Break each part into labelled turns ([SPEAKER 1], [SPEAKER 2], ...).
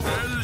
[SPEAKER 1] el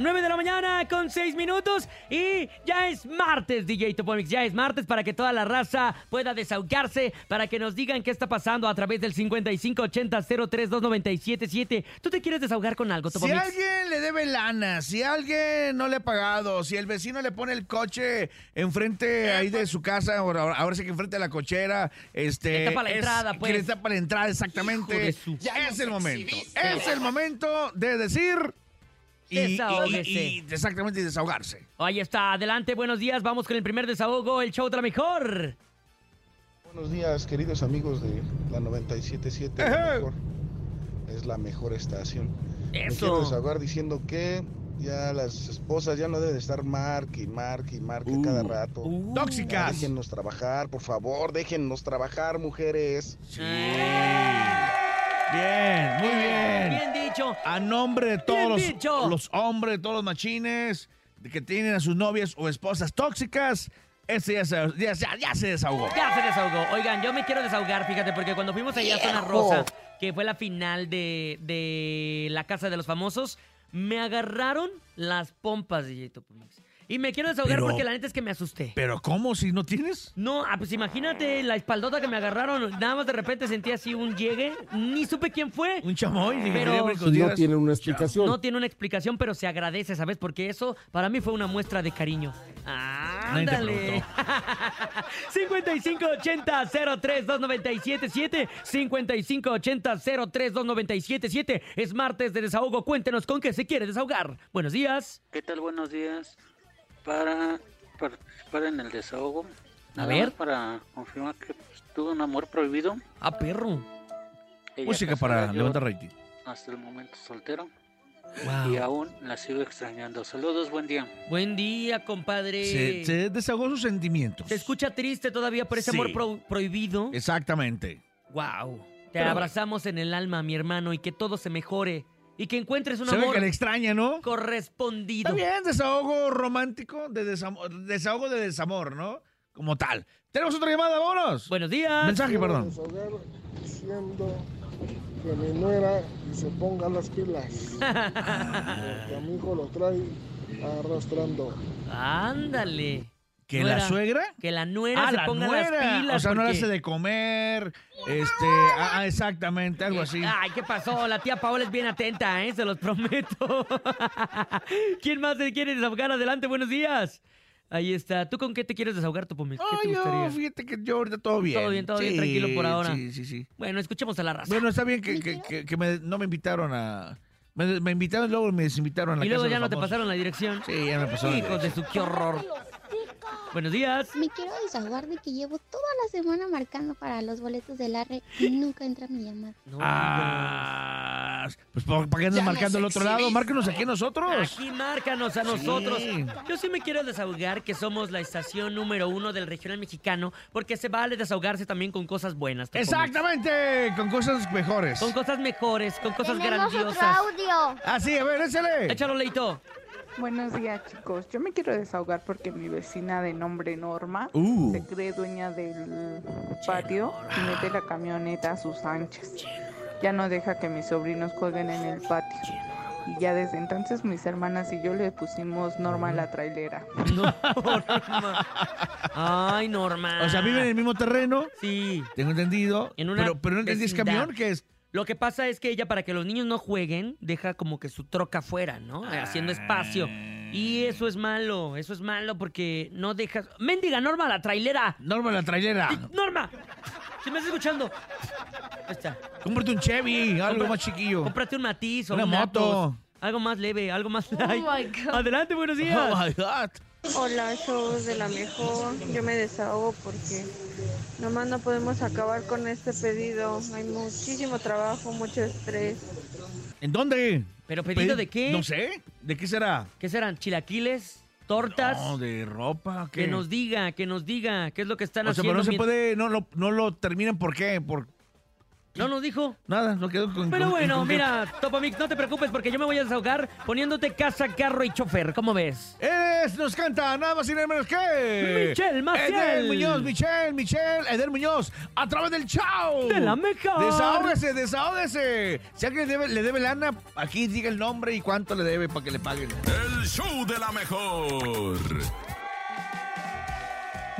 [SPEAKER 2] 9 de la mañana con 6 minutos y ya es martes, DJ Topomix. Ya es martes para que toda la raza pueda desahogarse, para que nos digan qué está pasando a través del 5580-032977. ¿Tú te quieres desahogar con algo,
[SPEAKER 3] Si
[SPEAKER 2] Topomix?
[SPEAKER 3] alguien le debe lana, si alguien no le ha pagado, si el vecino le pone el coche
[SPEAKER 2] Eh,
[SPEAKER 3] enfrente ahí de su casa, ahora, ahora- ahora sí que enfrente de la cochera, este...
[SPEAKER 2] pues. Que le tapa la
[SPEAKER 3] es-
[SPEAKER 2] entrada, pues.
[SPEAKER 3] Que le tapa la entrada,
[SPEAKER 2] Hijo de
[SPEAKER 3] exactamente.
[SPEAKER 2] su-
[SPEAKER 3] Ya es el momento.
[SPEAKER 4] exhibiste.
[SPEAKER 3] Es el momento de decir... y- y-
[SPEAKER 2] Desahógese.
[SPEAKER 3] y- y- exactamente, y desahogarse.
[SPEAKER 2] Ahí está, adelante, buenos días. Vamos con el primer desahogo, el show de la mejor.
[SPEAKER 5] Buenos días, queridos amigos de la 977.
[SPEAKER 3] Ejé.
[SPEAKER 5] la mejor. Es la mejor estación. Me quiero
[SPEAKER 2] Eso.
[SPEAKER 5] desahogar diciendo que ya las esposas ya no deben de estar marque y marque y marque cada rato.
[SPEAKER 2] Uh.
[SPEAKER 5] Ya
[SPEAKER 3] Tóxicas.
[SPEAKER 5] déjennos trabajar, por favor, déjennos trabajar, mujeres.
[SPEAKER 3] Bien, muy bien.
[SPEAKER 2] Bien dicho.
[SPEAKER 3] A nombre de todos
[SPEAKER 2] Bien
[SPEAKER 3] los,
[SPEAKER 2] dicho.
[SPEAKER 3] los hombres, de todos los machines de que tienen a sus novias o esposas tóxicas, ese ya se, ya- ya- ya se desahogó.
[SPEAKER 2] Ya se desahogó. Oigan, yo me quiero desahogar, fíjate, porque cuando fuimos allá a Zona Rosa, que fue la final de, de la Casa de los Famosos, me agarraron las pompas, DJ Topomix. Y me quiero desahogar
[SPEAKER 3] Pero-
[SPEAKER 2] porque la neta es que me asusté.
[SPEAKER 3] Pero ¿cómo si no tienes?
[SPEAKER 2] No, ah, pues imagínate la espaldota que me agarraron. Nada más de repente sentí así un llegue. Ni supe quién fue.
[SPEAKER 3] Un chamoy. dije,
[SPEAKER 2] Pero-
[SPEAKER 3] yo me consideras-
[SPEAKER 6] No tienen una explicación.
[SPEAKER 2] No tiene una explicación, pero se agradece, ¿sabes? Porque eso para mí fue una muestra de cariño.
[SPEAKER 3] Nadie te
[SPEAKER 2] ¡Ándale! 5580-032977. 5580-032977. Es martes de desahogo. Cuéntenos con qué se quiere desahogar. Buenos días.
[SPEAKER 7] ¿Qué tal? Buenos días. Para participar en el desahogo.
[SPEAKER 2] A
[SPEAKER 7] nada
[SPEAKER 2] ver.
[SPEAKER 7] más Para confirmar que pues, tuve un amor prohibido.
[SPEAKER 2] Ah, perro.
[SPEAKER 7] Ella
[SPEAKER 3] Música para
[SPEAKER 7] casada, yo
[SPEAKER 3] levantar Ah, rating.
[SPEAKER 7] Hasta el momento soltero.
[SPEAKER 2] Wow.
[SPEAKER 7] Y aún la sigo extrañando. Saludos, buen día.
[SPEAKER 2] Buen día, compadre.
[SPEAKER 3] Se, se desahogó sus sentimientos.
[SPEAKER 2] Se escucha triste todavía por ese
[SPEAKER 3] Sí.
[SPEAKER 2] amor pro- prohibido.
[SPEAKER 3] Exactamente.
[SPEAKER 2] Wow. Te abrazamos en el alma, mi hermano, y que todo se mejore. Y que encuentres un
[SPEAKER 3] Se ve
[SPEAKER 2] amor
[SPEAKER 3] que le extraña, ¿no?
[SPEAKER 2] correspondido.
[SPEAKER 3] Está bien, desahogo romántico, de desamo- desahogo de desamor, ¿no? Como tal. Tenemos otra llamada, vámonos.
[SPEAKER 2] Buenos días.
[SPEAKER 3] Mensaje,
[SPEAKER 8] quiero
[SPEAKER 3] perdón.
[SPEAKER 8] desahogar diciendo que mi nuera se ponga las pilas. porque a mi hijo lo trae arrastrando.
[SPEAKER 2] Ándale.
[SPEAKER 3] ¿Que
[SPEAKER 2] Nuera.
[SPEAKER 3] la suegra?
[SPEAKER 2] Que la nuera
[SPEAKER 3] ah,
[SPEAKER 2] se
[SPEAKER 3] la
[SPEAKER 2] ponga
[SPEAKER 3] nuera.
[SPEAKER 2] las pilas.
[SPEAKER 3] o sea, no le
[SPEAKER 2] porque-
[SPEAKER 3] hace de comer, este, ah, ah, exactamente, algo así.
[SPEAKER 2] Eh, Ay, ¿qué pasó? La tía Paola es bien atenta, ¿eh? Se los prometo. ¿Quién más se quiere desahogar? Adelante, buenos días. Ahí está. ¿Tú con qué te quieres desahogar, Topomix? ¿Qué te
[SPEAKER 3] Ay, yo,
[SPEAKER 2] gustaría?
[SPEAKER 3] fíjate que yo ahorita todo bien.
[SPEAKER 2] bien, todo bien, tranquilo por ahora.
[SPEAKER 3] Sí, sí, sí.
[SPEAKER 2] Bueno, escuchemos a la raza.
[SPEAKER 3] Bueno, está bien que, que- que- que me- no me invitaron a... Me, me invitaron y luego me desinvitaron a la
[SPEAKER 2] y luego
[SPEAKER 3] casa de
[SPEAKER 2] ya no
[SPEAKER 3] los
[SPEAKER 2] te
[SPEAKER 3] famosos.
[SPEAKER 2] pasaron la dirección.
[SPEAKER 3] Sí, ya me pasaron la
[SPEAKER 2] Hijos de su, qué horror. Buenos días.
[SPEAKER 9] Me quiero desahogar de que llevo toda la semana marcando para los boletos del ARRE y nunca entra mi llamada.
[SPEAKER 2] No,
[SPEAKER 3] Ah, pues ¿para para qué andas marcando el otro lado? Márquenos aquí a nosotros.
[SPEAKER 2] Aquí márcanos a nosotros.
[SPEAKER 3] Sí.
[SPEAKER 2] Yo sí me quiero desahogar que somos la estación número uno del regional mexicano porque se vale desahogarse también con cosas buenas. Topo Mix.
[SPEAKER 3] Exactamente, con cosas mejores.
[SPEAKER 2] Con cosas mejores, con cosas grandiosas.
[SPEAKER 9] audio.
[SPEAKER 3] Ah, sí, a ver, échale.
[SPEAKER 2] Échalo, Leito.
[SPEAKER 10] Buenos días, chicos. Yo me quiero desahogar porque mi vecina de nombre Norma
[SPEAKER 3] Uh.
[SPEAKER 10] se cree dueña del patio y mete la camioneta a sus anchas. Ya no deja que mis sobrinos jueguen en el patio. Y ya desde entonces mis hermanas y yo le pusimos Norma la trailera.
[SPEAKER 2] Norma. Ay, Norma.
[SPEAKER 3] O sea, viven en el mismo terreno,
[SPEAKER 2] Sí.
[SPEAKER 3] tengo entendido.
[SPEAKER 2] En una
[SPEAKER 3] pero, pero no entendí, ¿es
[SPEAKER 2] vecindad.
[SPEAKER 3] camión que es?
[SPEAKER 2] Lo que pasa es que ella, para que los niños no jueguen, deja como que su troca fuera, ¿no?
[SPEAKER 3] Ah.
[SPEAKER 2] Haciendo espacio. Y eso es malo, eso es malo porque no dejas... ¡Méndiga, Norma, la trailera!
[SPEAKER 3] Norma la trailera.
[SPEAKER 2] ¡Norma! Si me estás escuchando. Ahí está.
[SPEAKER 3] Cómprate un Chevy, algo más chiquillo.
[SPEAKER 2] Cómprate un matiz o
[SPEAKER 3] Oh. Una
[SPEAKER 2] un
[SPEAKER 3] moto.
[SPEAKER 2] Atos. Algo más leve, algo más light. Adelante, buenos días.
[SPEAKER 3] Oh my God.
[SPEAKER 11] Hola, shows de la mejor. Yo me desahogo porque nomás no podemos acabar con este pedido. Hay muchísimo trabajo, mucho estrés.
[SPEAKER 3] ¿En dónde?
[SPEAKER 2] ¿Pero pedido de qué?
[SPEAKER 3] No sé. ¿De qué será?
[SPEAKER 2] ¿Qué serán? ¿Chilaquiles? ¿Tortas?
[SPEAKER 3] No, de ropa. ¿qué?
[SPEAKER 2] Que nos diga, que nos diga qué es lo que están
[SPEAKER 3] o sea,
[SPEAKER 2] haciendo.
[SPEAKER 3] pero no se
[SPEAKER 2] mien-
[SPEAKER 3] puede, no lo, no lo terminan por qué, por
[SPEAKER 2] No nos dijo.
[SPEAKER 3] Nada, no quedó con.
[SPEAKER 2] Pero
[SPEAKER 3] con-
[SPEAKER 2] bueno,
[SPEAKER 3] con-
[SPEAKER 2] mira, Topomix, no te preocupes porque yo me voy a desahogar poniéndote casa, carro y chofer. ¿Cómo ves?
[SPEAKER 3] Es, nos canta nada más y nada menos que.
[SPEAKER 2] Michelle Maciel.
[SPEAKER 3] Eder Muñoz, Michelle, Michelle, Eder Muñoz, a través del chao.
[SPEAKER 2] De la mejor.
[SPEAKER 3] Desahógese, desahógese. Si alguien debe- le debe lana, aquí diga el nombre y cuánto le debe para que le paguen.
[SPEAKER 1] El show de la mejor.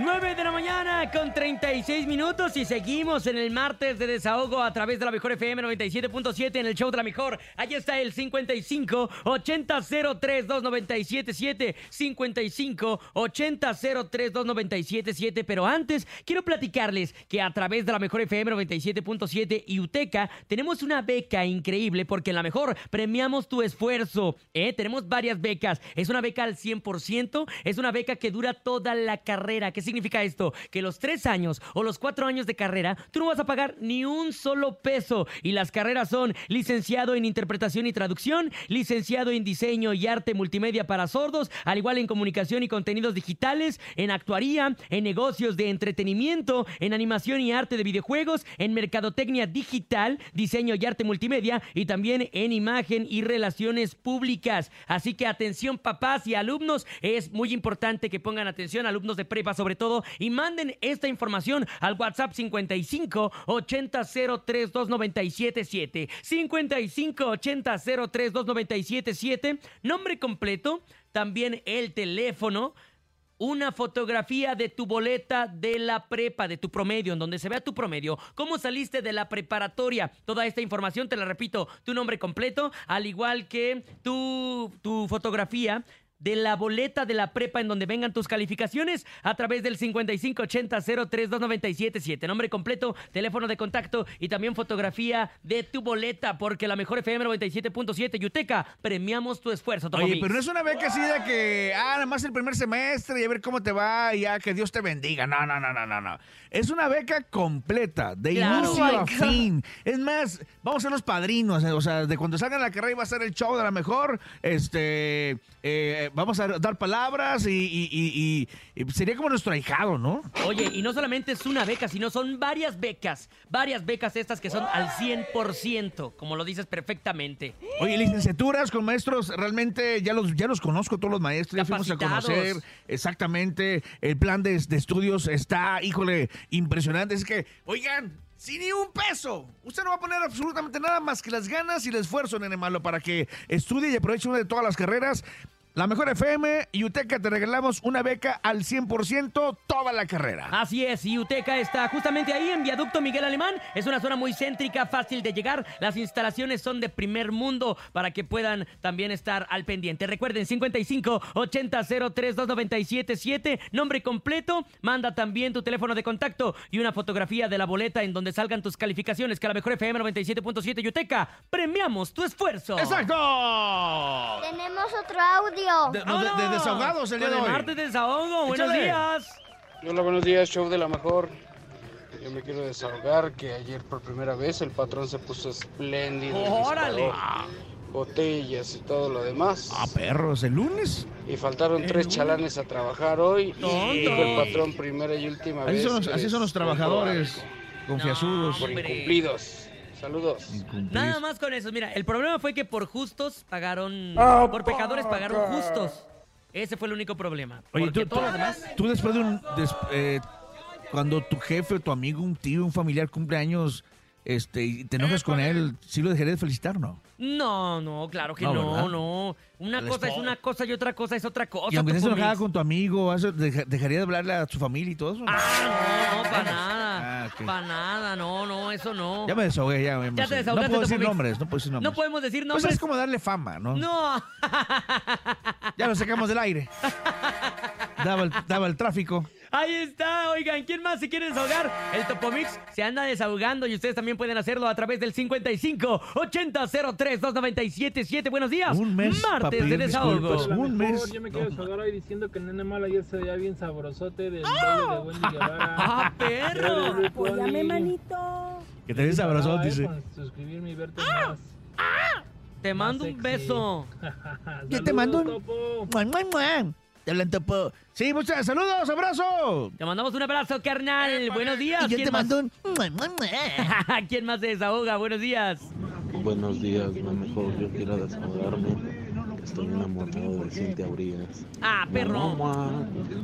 [SPEAKER 2] 9 de la mañana con 36 minutos y seguimos en el martes de desahogo a través de la mejor FM 97.7 en el show de la mejor. Ahí está el 55 80 03 2977 55 80 03 2977. Pero antes quiero platicarles que a través de la mejor FM 97.7 y UTECA tenemos una beca increíble porque en la mejor premiamos tu esfuerzo. ¿eh? Tenemos varias becas. Es una beca al 100%, es una beca que dura toda la carrera. ¿Qué significa esto? Que los tres años o los cuatro años de carrera, tú no vas a pagar ni un solo peso. Y las carreras son licenciado en interpretación y traducción, licenciado en diseño y arte multimedia para sordos, al igual en comunicación y contenidos digitales, en actuaría, en negocios de entretenimiento, en animación y arte de videojuegos, en mercadotecnia digital, diseño y arte multimedia y también en imagen y relaciones públicas. Así que atención papás y alumnos, es muy importante que pongan atención, alumnos de prepa sobre todo, y manden esta información al WhatsApp 55 80 03 2977 55 80 03 2977 nombre completo, también el teléfono una fotografía de tu boleta de la prepa, de tu promedio, en donde se vea tu promedio, cómo saliste de la preparatoria. Toda esta información, te la repito, tu nombre completo, al igual que tu, tu fotografía de la boleta de la prepa en donde vengan tus calificaciones a través del 5580 032977 Nombre completo, teléfono de contacto y también fotografía de tu boleta, porque la mejor FM 97.7 Yuteca, premiamos tu esfuerzo.
[SPEAKER 3] Oye,
[SPEAKER 2] Topomix.
[SPEAKER 3] pero no es una beca así de que, ah, nada más el primer semestre y a ver cómo te va y ya que Dios te bendiga. No, no, no, no, no, no. Es una beca completa, de
[SPEAKER 2] Claro.
[SPEAKER 3] inicio
[SPEAKER 2] Oh my
[SPEAKER 3] a fin. Es más, vamos a ser los padrinos, eh, o sea, de cuando salgan a la carrera y va a ser el show de la mejor, este, eh, vamos a dar palabras y, y- y- y- y sería como nuestro ahijado, ¿no?
[SPEAKER 2] Oye, y no solamente es una beca, sino son varias becas. Varias becas estas que son al 100%, como lo dices perfectamente.
[SPEAKER 3] Oye, licenciaturas con maestros, realmente ya los, ya los conozco todos los maestros, ya fuimos a conocer
[SPEAKER 2] Capacitados.
[SPEAKER 3] exactamente. El plan de, de estudios está, híjole, impresionante. Es que, oigan, sin ni un peso. Usted no va a poner absolutamente nada más que las ganas y el esfuerzo, nene malo, para que estudie y aproveche una de todas las carreras. La mejor FM y UTECA te regalamos una beca al 100% toda la carrera.
[SPEAKER 2] Así es, y UTECA está justamente ahí en Viaducto Miguel Alemán. Es una zona muy céntrica, fácil de llegar. Las instalaciones son de primer mundo para que puedan también estar al pendiente. Recuerden, 55 80 03 2977, nombre completo. Manda también tu teléfono de contacto y una fotografía de la boleta en donde salgan tus calificaciones. Que a la mejor FM 97.7 Yuteca, premiamos tu esfuerzo.
[SPEAKER 3] ¡Exacto!
[SPEAKER 9] Tenemos otro audio.
[SPEAKER 3] De, no, de- de desahogados el día de
[SPEAKER 2] Ah, Con
[SPEAKER 3] hoy.
[SPEAKER 2] martes de desahogo, buenos
[SPEAKER 3] Échale.
[SPEAKER 2] días.
[SPEAKER 4] Hola, buenos días, show de la mejor. Yo me quiero desahogar que ayer por primera vez el patrón se puso espléndido. el
[SPEAKER 2] Órale.
[SPEAKER 4] disparador, Botellas y todo lo demás.
[SPEAKER 3] Ah, perros, el lunes.
[SPEAKER 4] Y faltaron tres chalanes a trabajar hoy. Y dijo el patrón primera y última
[SPEAKER 3] Así
[SPEAKER 4] vez.
[SPEAKER 3] son, los-
[SPEAKER 4] que
[SPEAKER 3] así son los
[SPEAKER 4] les pongo
[SPEAKER 3] trabajadores
[SPEAKER 4] algo
[SPEAKER 3] confiazudos.
[SPEAKER 4] Por incumplidos. Saludos.
[SPEAKER 2] Nada más con eso. Mira, el problema fue que por justos pagaron.
[SPEAKER 8] Ah,
[SPEAKER 2] por pecadores pagaron
[SPEAKER 8] poca.
[SPEAKER 2] justos. Ese fue el único problema.
[SPEAKER 3] Oye,
[SPEAKER 2] Porque
[SPEAKER 3] tú,
[SPEAKER 2] todo
[SPEAKER 3] tú-
[SPEAKER 2] lo demás.
[SPEAKER 3] tú después de un... des- eh, cuando tu jefe, tu amigo, un tío, un familiar cumpleaños, este, y te enojas con él, ¿sí lo dejaría de felicitar no?
[SPEAKER 2] No, no, claro que no,
[SPEAKER 3] No,
[SPEAKER 2] no.
[SPEAKER 3] ¿verdad?
[SPEAKER 2] Una
[SPEAKER 3] El
[SPEAKER 2] cosa es
[SPEAKER 3] esposo.
[SPEAKER 2] una cosa y otra cosa es otra cosa.
[SPEAKER 3] Y aunque estés
[SPEAKER 2] Topomix.
[SPEAKER 3] enojada con tu amigo, ¿eso deja- ¿dejaría de hablarle a su familia y todo eso?
[SPEAKER 2] Ah, no, para nada.
[SPEAKER 3] Ah, ok.
[SPEAKER 2] Para nada, no, no, eso no.
[SPEAKER 3] Ya me desahogué, ya me emocioné.
[SPEAKER 2] te
[SPEAKER 3] No
[SPEAKER 2] desahogaste,
[SPEAKER 3] puedo decir
[SPEAKER 2] Topomix.
[SPEAKER 3] nombres, no puedo decir nombres.
[SPEAKER 2] No podemos decir
[SPEAKER 3] Pues
[SPEAKER 2] nombres.
[SPEAKER 3] es como darle fama, ¿no?
[SPEAKER 2] No.
[SPEAKER 3] Ya lo sacamos del aire. Daba el, daba el tráfico.
[SPEAKER 2] Ahí está, oigan, ¿quién más se quiere desahogar? El Topomix se anda desahogando y ustedes también pueden hacerlo a través del 55 80 03 2977. Buenos días.
[SPEAKER 3] Un mes pa'
[SPEAKER 2] Martes de
[SPEAKER 3] pedir
[SPEAKER 2] desahogo.
[SPEAKER 3] disculpas. Un mes.
[SPEAKER 6] Yo me
[SPEAKER 3] No,
[SPEAKER 6] quiero desahogar hoy diciendo que Nene Mala ya se veía bien sabrosote del baile de Wendy Guevara.
[SPEAKER 2] ¡Ah, perro!
[SPEAKER 6] Apóyame, manito.
[SPEAKER 3] Que te des abrazado, dice.
[SPEAKER 6] Suscribirme y verte más.
[SPEAKER 2] Te mando un
[SPEAKER 6] sexy.
[SPEAKER 2] beso.
[SPEAKER 3] Yo te mando un-
[SPEAKER 6] Saludos, topo.
[SPEAKER 3] Muah, muah, muah. Te hablan topo. Sí, muchas saludos, abrazo.
[SPEAKER 2] Te mandamos un abrazo, carnal. Buenos días.
[SPEAKER 3] Y yo
[SPEAKER 2] ¿Quién
[SPEAKER 3] te
[SPEAKER 2] más?
[SPEAKER 3] mando un...
[SPEAKER 2] ¿Quién más se desahoga? Buenos días.
[SPEAKER 12] Buenos días, lo mejor yo quiero desahogarme. Estoy enamorado de Cintia Urias.
[SPEAKER 2] Ah, perro.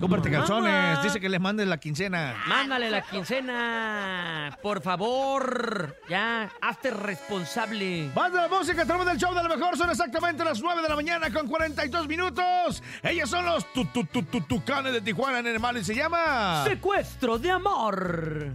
[SPEAKER 3] Comparte calzones.
[SPEAKER 2] Mamá.
[SPEAKER 3] Dice que les manden la quincena.
[SPEAKER 2] Mándale la quincena. Por favor. Ya, hazte responsable.
[SPEAKER 3] Banda de música, estamos del show de lo mejor. Son exactamente las 9 de la mañana con 42 minutos. Ellas son los tu- tu- tu- tu- tucanes de Tijuana en el y se llama...
[SPEAKER 2] Secuestro de amor.